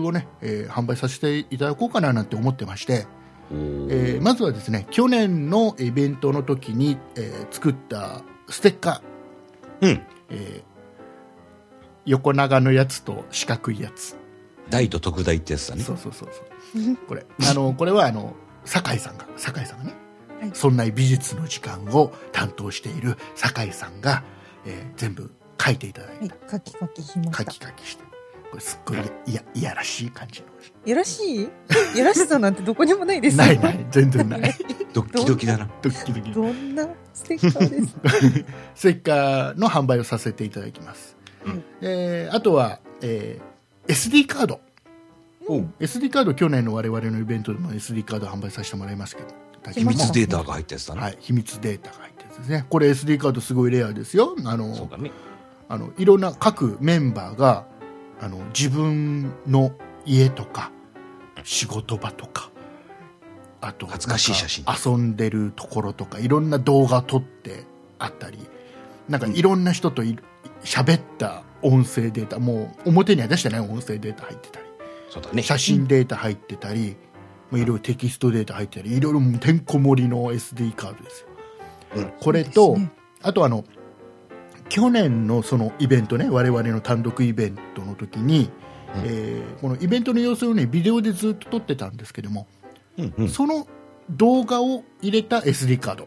S1: ズをね、えー販売させていただこうかななんて思ってまして、
S2: おー
S1: えーまずはですね去年のイベントの時に、えー作ったステッカ
S2: うん。
S1: ー、えー横長のやつと四角いやつ
S2: 大と特大ってやつだね。
S1: そうそうそうそうこれあのこれはあの酒井さんが酒井さんがね
S3: はい
S1: そんな美術の時間を担当している酒井さんが、えー全部書いていただい
S3: はい、カキカキしま
S1: た、
S3: し
S1: 書
S3: た
S1: き。書きしてこれすっごいいやいやらしい感じ
S3: やらしいやらしさなんてどこにもないで
S1: の
S3: す
S1: ないない全然ない
S2: ドッキドキだな。
S1: ドッキドキ
S3: どんなステッカーで すか
S1: ステッカーの販売をさせていただきます、
S2: うん
S1: えーあとは、えー SD カード
S2: おう
S1: SD カード去年の我々のイベントでも SD カード販売させてもらいますけど
S3: し
S2: 秘
S3: まし
S2: 密
S3: た
S2: データが入ったやつだな。
S1: はい、秘密データが入ってるんですねこれ SD カードすごいレアですよあ
S2: そう
S1: の
S2: だね。
S1: あのいろんな各メンバーがあの自分の家とか仕事場とかあと
S2: 懐かしい写真
S1: なんか遊んでるところとかいろんな動画撮ってあったりなんかいろんな人とい喋った音声データもう表には出してない音声データ入ってたり
S2: そうだね。
S1: 写真データ入ってたり、まあいろいろテキストデータ入ってたりいろいろもうてんこ盛りの SD カードですよ、
S2: うん
S1: これと、
S3: そうですね
S1: あとあの去年のそのイベントね我々の単独イベントの時に、
S2: うん
S1: えーこのイベントの様子をねビデオでずっと撮ってたんですけども、
S2: うんうん。
S1: その動画を入れた SD カードっ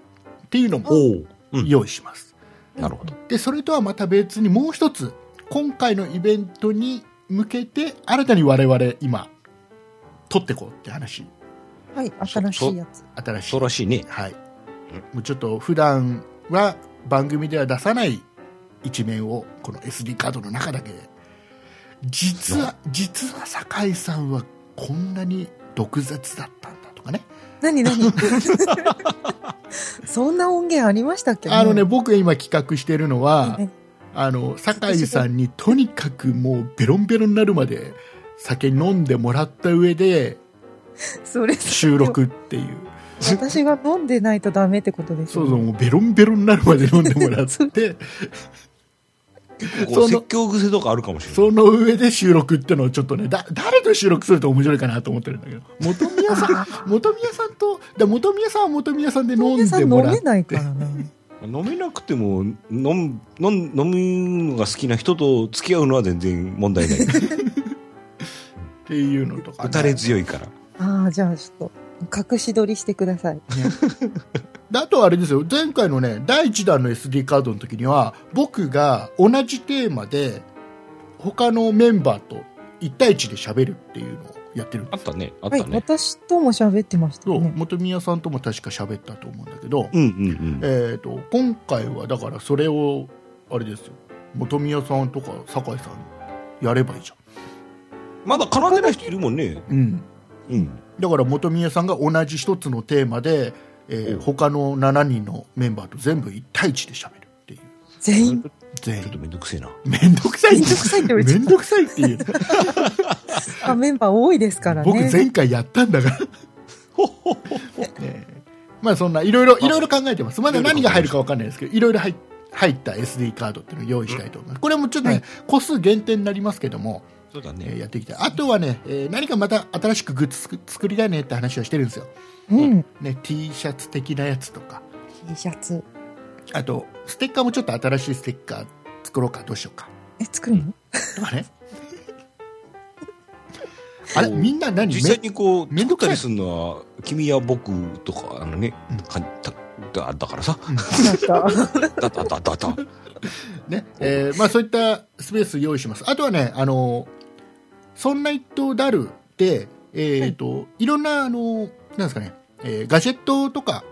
S1: ていうの
S2: お
S1: も
S2: う。うん。
S1: 用意します、
S2: なるほど。
S1: でそれとはまた別にもう一つ今回のイベントに向けて新たに我々今取ってこうって話
S3: はい、新しいやつ。
S1: 新し
S2: そ
S1: いう
S2: らしいね。
S1: はいもうちょっと普段は番組では出さない一面をこの SD カードの中だけで実は実は酒井さんはこんなに毒舌だったんだとかね
S3: 何何 そんな音源ありましたっけ
S1: あのね
S3: も
S1: 僕が今企画してるの
S3: う
S1: は、
S3: ね
S1: あの酒井さんにとにかくもうベロンベロンになるまで酒飲んでもらった上で
S3: それ
S1: 収録っていう
S3: 私が飲んでないとダメってことです
S1: そ
S3: よ
S1: う
S3: ね
S1: そうもうベロンベロンになるまで飲んでもらって
S2: こ
S1: その
S2: こ説教癖とかあるかもしれない。
S1: その上で収録ってのをちょっとねだ誰と収録すると面白いかなと思ってるんだけど元宮さん元宮さんとだ元宮さんは元宮さんで飲ん
S3: さ
S1: で
S3: ん
S1: も
S3: 飲
S1: らっ
S3: め
S1: て
S3: ないからな。
S2: 飲めなくても、飲む、飲む、飲むのが好きな人と付き合うのは全然問 題ない。
S1: っていうのとかね、
S2: 打たれ強いから。
S3: ああ、じゃあちょっと、隠し撮りしてください。
S1: であとはあれですよ前回のね第1弾の SD カードの時には僕が同じテーマで他のメンバーと1対1で喋るっていうのをやってるん
S2: あ
S1: で
S2: っ
S1: す
S2: たね。あった
S3: はい、
S2: ね。
S3: 私とも喋ってました
S1: そう
S3: ね。
S1: 元宮さんとも確か喋ったと思うんだけど、
S2: うんうん
S1: えー、と今回はだからそれをあれですよ元宮さんとか酒井さんやればいいじ
S2: うん。まだ絡んでない人いるもんね。
S1: ゃん、うん、
S2: うん。
S1: だから元宮さんが同じ一つのテーマで、えー
S2: うん
S1: 他の7人のメンバーと全部1対1で喋るっていう
S3: 全員、
S1: 全
S2: ちょっと
S1: 員
S2: めんどくせえな。
S1: めんどくさい
S3: めんどくさいって言われちゃ
S1: め
S3: った
S1: んどくさいっていう
S3: あメンバー多いですからね。
S1: 僕前回やったんだからねえまあそんないろいろいろいろ考えてますまだ何が入るかわかんないですけどいろいろ入っ入った SD カードっていうのを用意したいと思いますこれもちょっとね、個数限定になりますけども、
S2: そうだ
S1: えー
S2: ね。
S1: やっていきたいあとはね、えー何かまた新しくグッズ作作りたいねって話はしてるんですよ、
S3: うん、
S1: ね、T シャツ的なやつとか
S3: T シャツ。
S1: あとステッカーもちょっと新しいステッカー作ろうかどうしようか
S3: え、作るの、
S1: とかねあれみんな何
S2: 実際にこう、
S1: めんど
S2: 作
S1: くさ
S2: った
S1: い
S2: りするのは、君や僕とか、あのね、かただ だからさ、
S3: なんか、
S2: だだだだだ。
S1: ねえーまあ、そういったスペース用意しますあとはねあのそんな一頭ダルで、えーとい、ろんなあのなんですかね、えーガジェットとか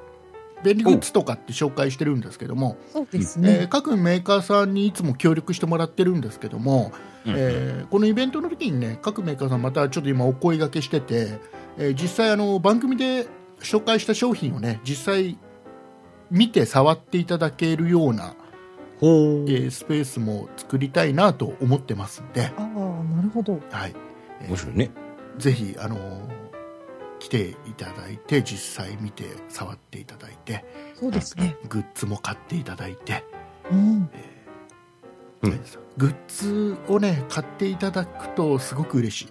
S1: 便利グッズとかって紹介してるんですけども、
S3: そうです
S1: えー
S3: ね。
S1: 各メーカーさんにいつも協力してもらってるんですけども、
S2: うん
S1: えーこのイベントの時にね各メーカーさんまたちょっと今お声がけしてて、えー実際あの番組で紹介した商品をね実際見て触っていただけるような
S2: ほ
S1: えースペースも作りたいなと思ってますんで、
S3: ああ、なるほど。
S1: はい、
S2: 面白いね。
S1: ぜひ、あのー来ていただいて実際見て触っていただいて
S3: そうですね。
S1: グッズも買っていただいて、
S3: うん。
S2: うん
S1: グッズをね買っていただくとすごく嬉しい、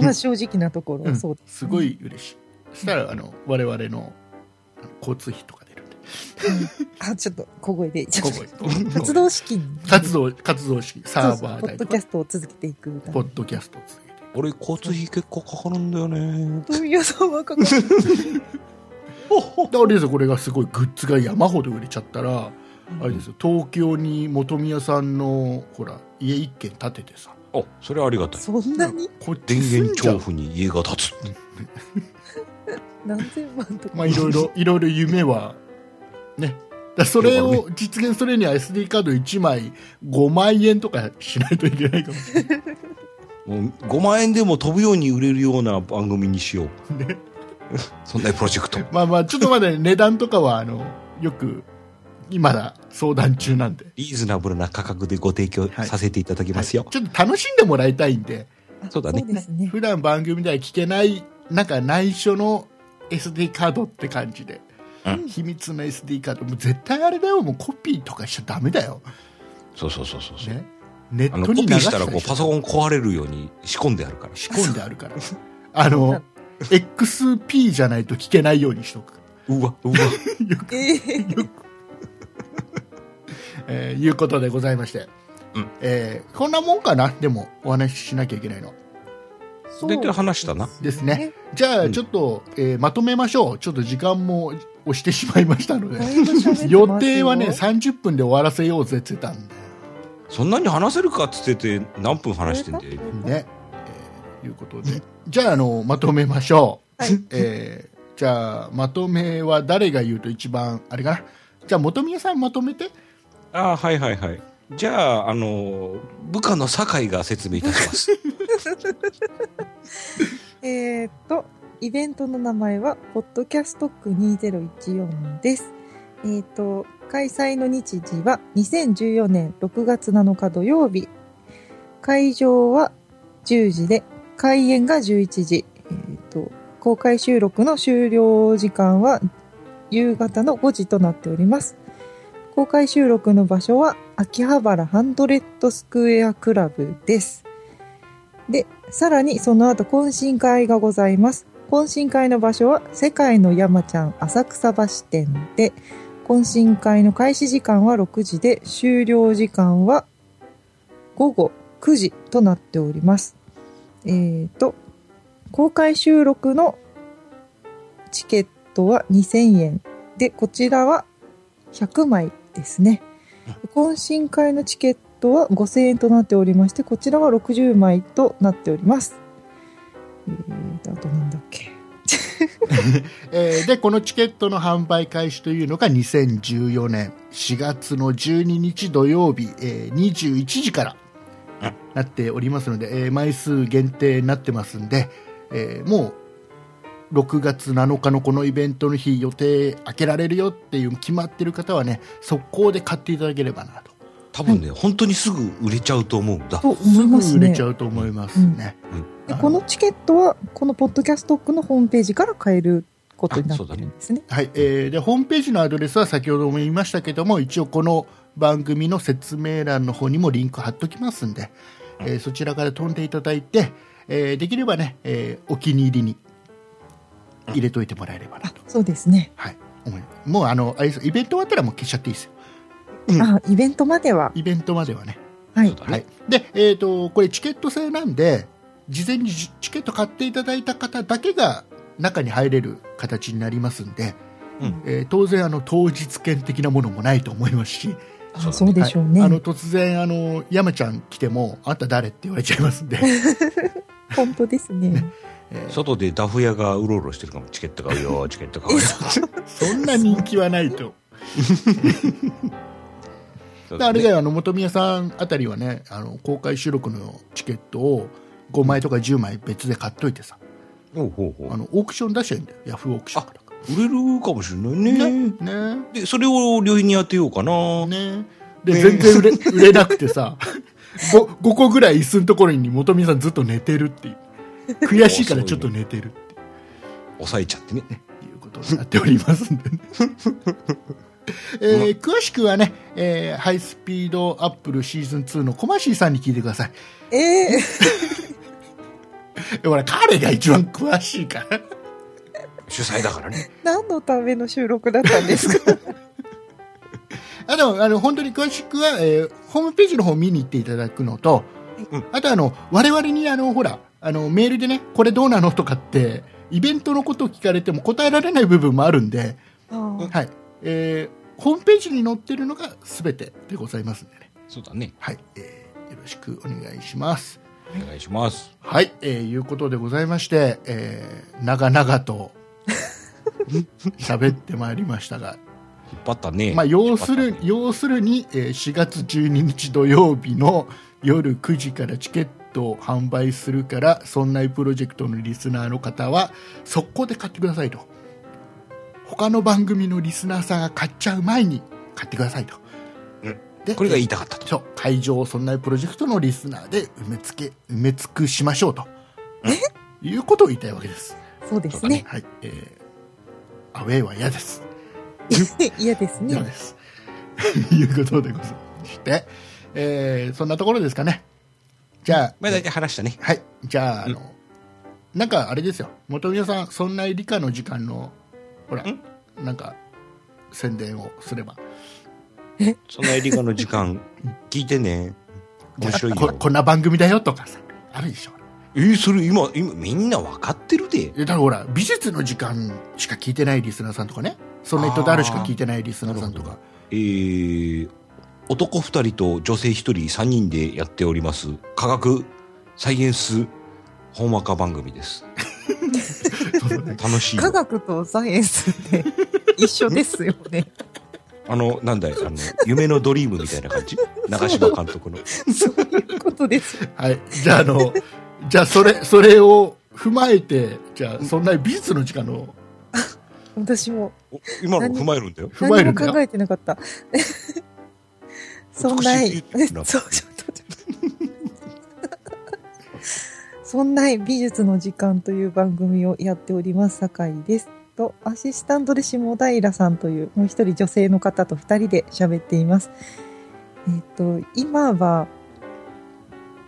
S3: まあ正直なところ、
S1: うん
S3: そうです
S1: ごい嬉しいそしたらあの我々のあの交通費とか出るんで
S3: あ、ちょっと小声で。ちょっと
S1: ここ
S3: 活動資金。
S1: 活動活動式サーバー
S3: そうそうポ
S1: 代と
S3: ッド
S1: か
S3: キャストを続けていくみたい
S1: ポ
S3: な。
S1: ッドキャストを続けていく
S2: 俺、交通費結構かかるんだよね。
S3: 富谷さんはかかる。
S2: ほっほっ
S1: だからリーさんこれがすごいグッズが山ほど売れちゃったら、あれですよ東京に本宮さんのほら家一軒建ててさ
S2: あ、それはありがたい。
S3: そんなに
S1: こっち
S2: 電
S1: 住ん
S2: 源
S1: じゃ
S2: 調
S1: う
S2: 布に家が建つ。
S3: 何千万とか。
S1: まあいろい ろいろいろ夢はねだからそれを実現するには SD カード1枚5万円とかしないといけないかも しれない
S2: もう5万円でも飛ぶように売れるような番組にしよう。 そんなプロジェクト。
S1: まあまあちょっとまだね値段とかはあのよく今だ相談中なんで、
S2: リーズナブルな価格でご提供
S1: はい
S2: させていただき
S1: は
S2: ま
S1: い
S2: す
S1: ちょ
S2: よ
S1: っ。と楽しんでもらいたいんで
S3: あ
S2: そうだね
S3: そうですね。
S1: 普段番組では聞けないなんか内緒の SD カードって感じで、
S2: うん
S1: 秘密の SD カードもう絶対あれだよもうコピーとかしちゃダメだよ、
S2: そうそうそうそうそう。
S1: ね、ネ
S2: あ
S1: ッ
S2: の
S1: ト
S2: コピ
S1: に
S2: ー
S1: 流
S2: したらこうパソコ
S1: ン
S2: ン壊れるように仕込んであるから。
S1: 仕込んであるからあの XP じゃないと聞けないようにしとく、
S2: うわ、うわ。
S3: ええ
S1: えーいうことでございまして、
S2: うん
S1: えーこんなもんかなでもお話ししなきゃいけないの
S3: そう
S2: 大体話したな。
S1: ですね。じゃ
S2: う
S1: あ
S2: ん
S1: ちょっと、えーまとめましょうちょっと時間も押してしまいましたので
S3: だいぶ喋ってますよ
S1: 予定はね、30分で終わらせようぜって言ってたんだよ
S2: そんなに話せるかっつってて何分話してんだよ。
S1: ね。えーいうことで。じゃあ、あの、まとめましょう。
S3: はい
S1: えーじゃあ、まとめは誰が言うと一番、あれかな。じゃあ、元宮さんまとめて。
S2: ああ、はいはいはい。じゃあ、あの、部下の酒井が説明いたし ます。
S3: えーっと、イベントの名前は、ポッドキャストック2014です。えーっと、開催の日時は、2014年6月7日土曜日。会場は10時で、開演が11時。えーっと、公開収録の終了時間は、夕方の5時となっております。公開収録の場所は、秋葉原ハンドレッドスクエアクラブです。で、さらにその後懇親会がございます。懇親会の場所は世界の山ちゃん浅草橋店で、懇親会の開始時間は6時で、終了時間は午後9時となっております。えーと、公開収録のチケットは2000円。で、こちらは100枚ですね。懇親会のチケットは5000円となっておりまして、こちらは60枚となっております。えーと、あとなんだっけ。
S1: えーで、このチケットの販売開始というのが2014年4月の12日土曜日、えー21時からなっておりますので、えー枚数限定になってますんで、えーもう6月7日のこのイベントの日予定開けられるよっていう決まってる方はね速攻で買っていただければなと
S2: 多分ね、本当にすぐ売れちゃうと思うんだ。
S3: と思います
S1: すぐ売
S3: ね。
S1: れちゃうと思いますね、
S3: でこのチケットは、このポッドキャストックのホームページから買えることになってるんですね。
S1: はいえーでホームページのアドレスは先ほども言いましたけども一応この番組の説明欄の方にもリンク貼っときますんで、えーそちらから飛んでいただいて、えーできればね、えーお気に入りに入れといてもらえればな
S3: あ
S1: と、、
S3: そうですね。
S1: はい、思いますもうあのあれですイベント終わったらもう消しちゃっていいですよ
S2: うん
S3: あ、イベントまでは。
S1: イベントまではね、
S3: は
S2: そう
S3: い。
S2: だね
S1: はい、で、えー、とこれチケット制なんで事前にじチケット買っていただいた方だけが中に入れる形になりますんで、
S2: うん
S1: えー当然あの当日券的なものもないと思いますし
S3: あそうでしょうね。
S1: はいあの突然あの山ちゃん来てもあんた誰って言われちゃいますん で、
S3: 本当ですね。
S1: えー
S2: 外でダフ屋がうろうろしてるかも。チケット買うよ、チケット買うよ。
S1: そんな人気はないと。であれだよあの本宮さんあたりはねあの公開収録のチケットを5枚とか10枚別で買っといてさ
S2: ほうほうほう
S1: あのオークション出しちゃいいんだよヤフーオークションから
S2: 売れるかもしれないね
S1: ね
S2: でそれを旅費に当てようかな、
S1: ねで全然売れ売れなくてさ 5, 5個ぐらい椅子のところに本宮さんずっと寝てるっていう悔しいからちょっと寝てるって
S2: 抑えちゃってね
S1: いうことになっておりますんでね、えー詳しくはね、えーハイスピードアップルシーズン2のコマシーさんに聞いてください
S3: ええ
S1: ほら彼が一番詳しいから
S2: 主催だからね
S3: 何のための収録だったんですか
S1: あとあの本当に詳しくは、えーホームページの方見に行っていただくのと、
S2: うん
S1: あとあの我々にあのほらあのメールでねこれどうなのとかってイベントのことを聞かれても答えられない部分もあるんで、
S3: ああ
S1: はいえーホームページに載ってるのが全てでございますんでね、
S2: そうだね。
S1: はいえーよろしくお願いします。
S2: お願いします。
S1: はい、えー、いうことでございまして、えー、長々 と喋ってまいりましたが、
S2: 引っ張ったね。
S1: まあ、要する
S2: 引っ張ったね
S1: 要するに、えー4月12日土曜日の夜9時からチケットを販売するからそんなプロジェクトのリスナーの方は速攻で買ってくださいと他の番組のリスナーさんが買っちゃう前に買ってくださいと、
S2: うん
S1: で
S2: これが言いたかったと。
S1: そう会場をそんなプロジェクトのリスナーで埋め付け埋め尽くしましょうということを言いたいわけです、
S3: そうです
S2: そう
S3: ね。
S1: はいえーアウェイは嫌です
S3: 嫌です
S1: 以上
S3: ね。
S1: です。 いうことでございまして、えーそんなところですかね。じゃあ、
S2: まあ、大体話したね。
S1: はい。じゃあ、あの、なんかあれですよ。元宮さん、そんな理科の時間の、ほら
S2: ん、
S1: なんか、宣伝をすれば。
S2: そんなエリカの時間、 聞いてね。面白い
S1: こ
S2: よ。
S1: こんな番組だよとかさ、あるでしょ。
S2: えー、それ今、今、みんな分かってるで。
S1: えだからほら、美術の時間しか聞いてないリスナーさんとかね、そのネットであるしか聞いてないリスナーさんとか、
S2: えー、男二人と女性一人三人でやっております、科学、サイエンス、ほんわか番組です。楽しいよ。
S3: 科学とサイエンスって一緒ですよね。
S2: あの、なんだい、あの、夢のドリームみたいな 感じ長嶋監督の。
S3: そういうことです。
S1: はい。じゃあ、あの、じゃあ、それ、それを踏まえて、じゃあ、そんな美術の時間の、
S3: 私も
S2: お今の踏まえるんだよ。
S1: 踏まえる
S3: 何も
S1: んだよ
S3: 考えてなか った。そんな
S2: 美しい
S3: い
S2: っていうの、は
S3: そう、ちょっと、 ちょっと。そんない美術の時間という番組をやっております、酒井です。と、アシスタントで下平さんという、もう一人女性の方と二人で喋っています。えっと、今は、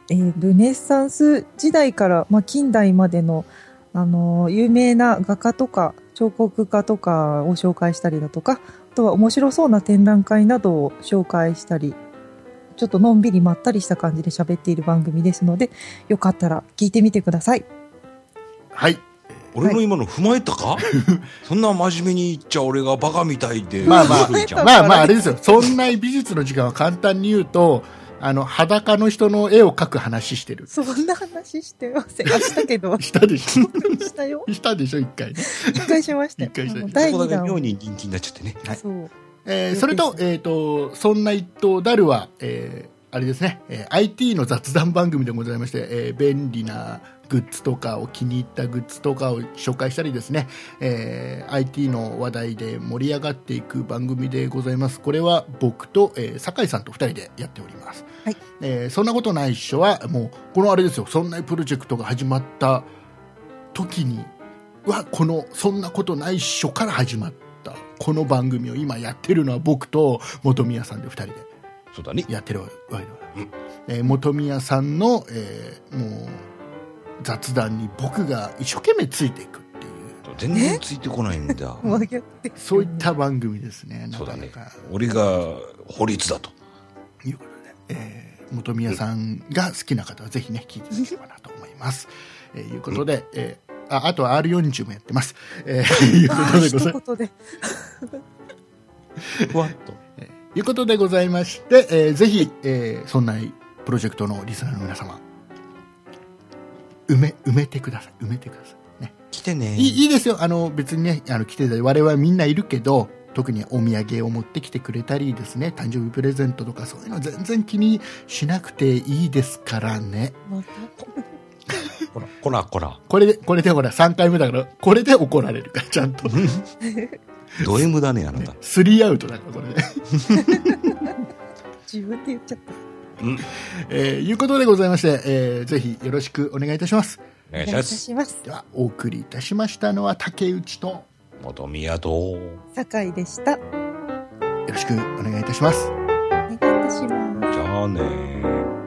S3: えールネッサンス時代から、まあ、近代までの、あのー有名な画家とか彫刻家とかを紹介したりだとか、あとは面白そうな展覧会などを紹介したり、ちょっとのんびりまったりした感じで喋っている番組ですので、よかったら聞いてみてください。
S1: はい。
S2: 俺の今の踏まえ たかそんな真面目に言っちゃ俺がバカみたいで。
S1: まあまあ
S2: 悪いじゃん
S1: まあまあ、あれですよ。そんな美術の時間は簡単に言うと、あの、裸の人の絵を描く話してる。、
S3: そんな話してません。あしたけど
S1: したでし
S3: した よ。
S1: ょ したでしょ、一回ね。
S3: 一回しましたよ。
S1: 一回した
S3: あの
S2: そ
S3: 第
S2: こ
S3: 2
S2: だけ
S3: 弾
S2: 妙に人気になっちゃってね。
S1: はい
S3: そう。
S1: えーそれと、えっ、と、そんな一等ダルは、えーあれですね、えー IT の雑談番組でございまして、えー便利なグッズとかを気に入ったグッズとかを紹介したりですね、えー IT の話題で盛り上がっていく番組でございます。これは僕と、えー酒井さんと2人でやっております。
S3: はい
S1: えーそんなことないっしょは、もう、このあれですよ、そんなプロジェクトが始まった時にはこの「そんなことないっしょ」から始まったこの番組を今やってるのは僕と元宮さんで2人で
S2: そうだね。
S1: やってるわけでございます、えー元宮さんの、えーもう雑談に僕が一生懸命ついていくっていう
S2: 全然ついてこないんだ。
S3: 真逆です
S1: そういった番組ですねな
S2: そう
S1: か
S2: だ
S1: な
S2: ね
S1: か。
S2: 俺が法律だと。
S1: いうことで、えー元宮さんが好きな方はぜひね聞いていただければなと思います、えーいうことで、えーああと R40 もやってます、えーいうこ
S3: あ
S1: と
S3: ー
S1: でございます
S3: 一言で。
S2: ふわっと。
S1: ということでございまして、えーぜひ、えーそんなプロジェクトのリスナーの皆様、埋め、埋めてください。埋めてください。ね。
S2: 来てね。
S1: いいいいですよ。あの、別にね、あの、来ていただいて、我々はみんないるけど、特にお土産を持ってきてくれたりですね、誕生日プレゼントとかそういうの全然気にしなくていいですからね。
S3: また
S2: こら、こら、こら。
S1: これで、これでほら、3回目だから、これで怒られるから、ちゃんと。
S2: ド M だね、あなた。
S1: スリーアウトだから、これで。
S3: 自分で言っちゃった。
S2: うん。
S1: えーいうことでございまして、えーぜひよろしくお願いいたします。
S2: お願いします。
S3: します。
S1: ではお送りいたしましたのは竹内とよ
S2: 元宮と。
S3: 酒井でした。
S1: ろしくお願いいたします。
S3: お願いいたします。
S2: じゃあねー。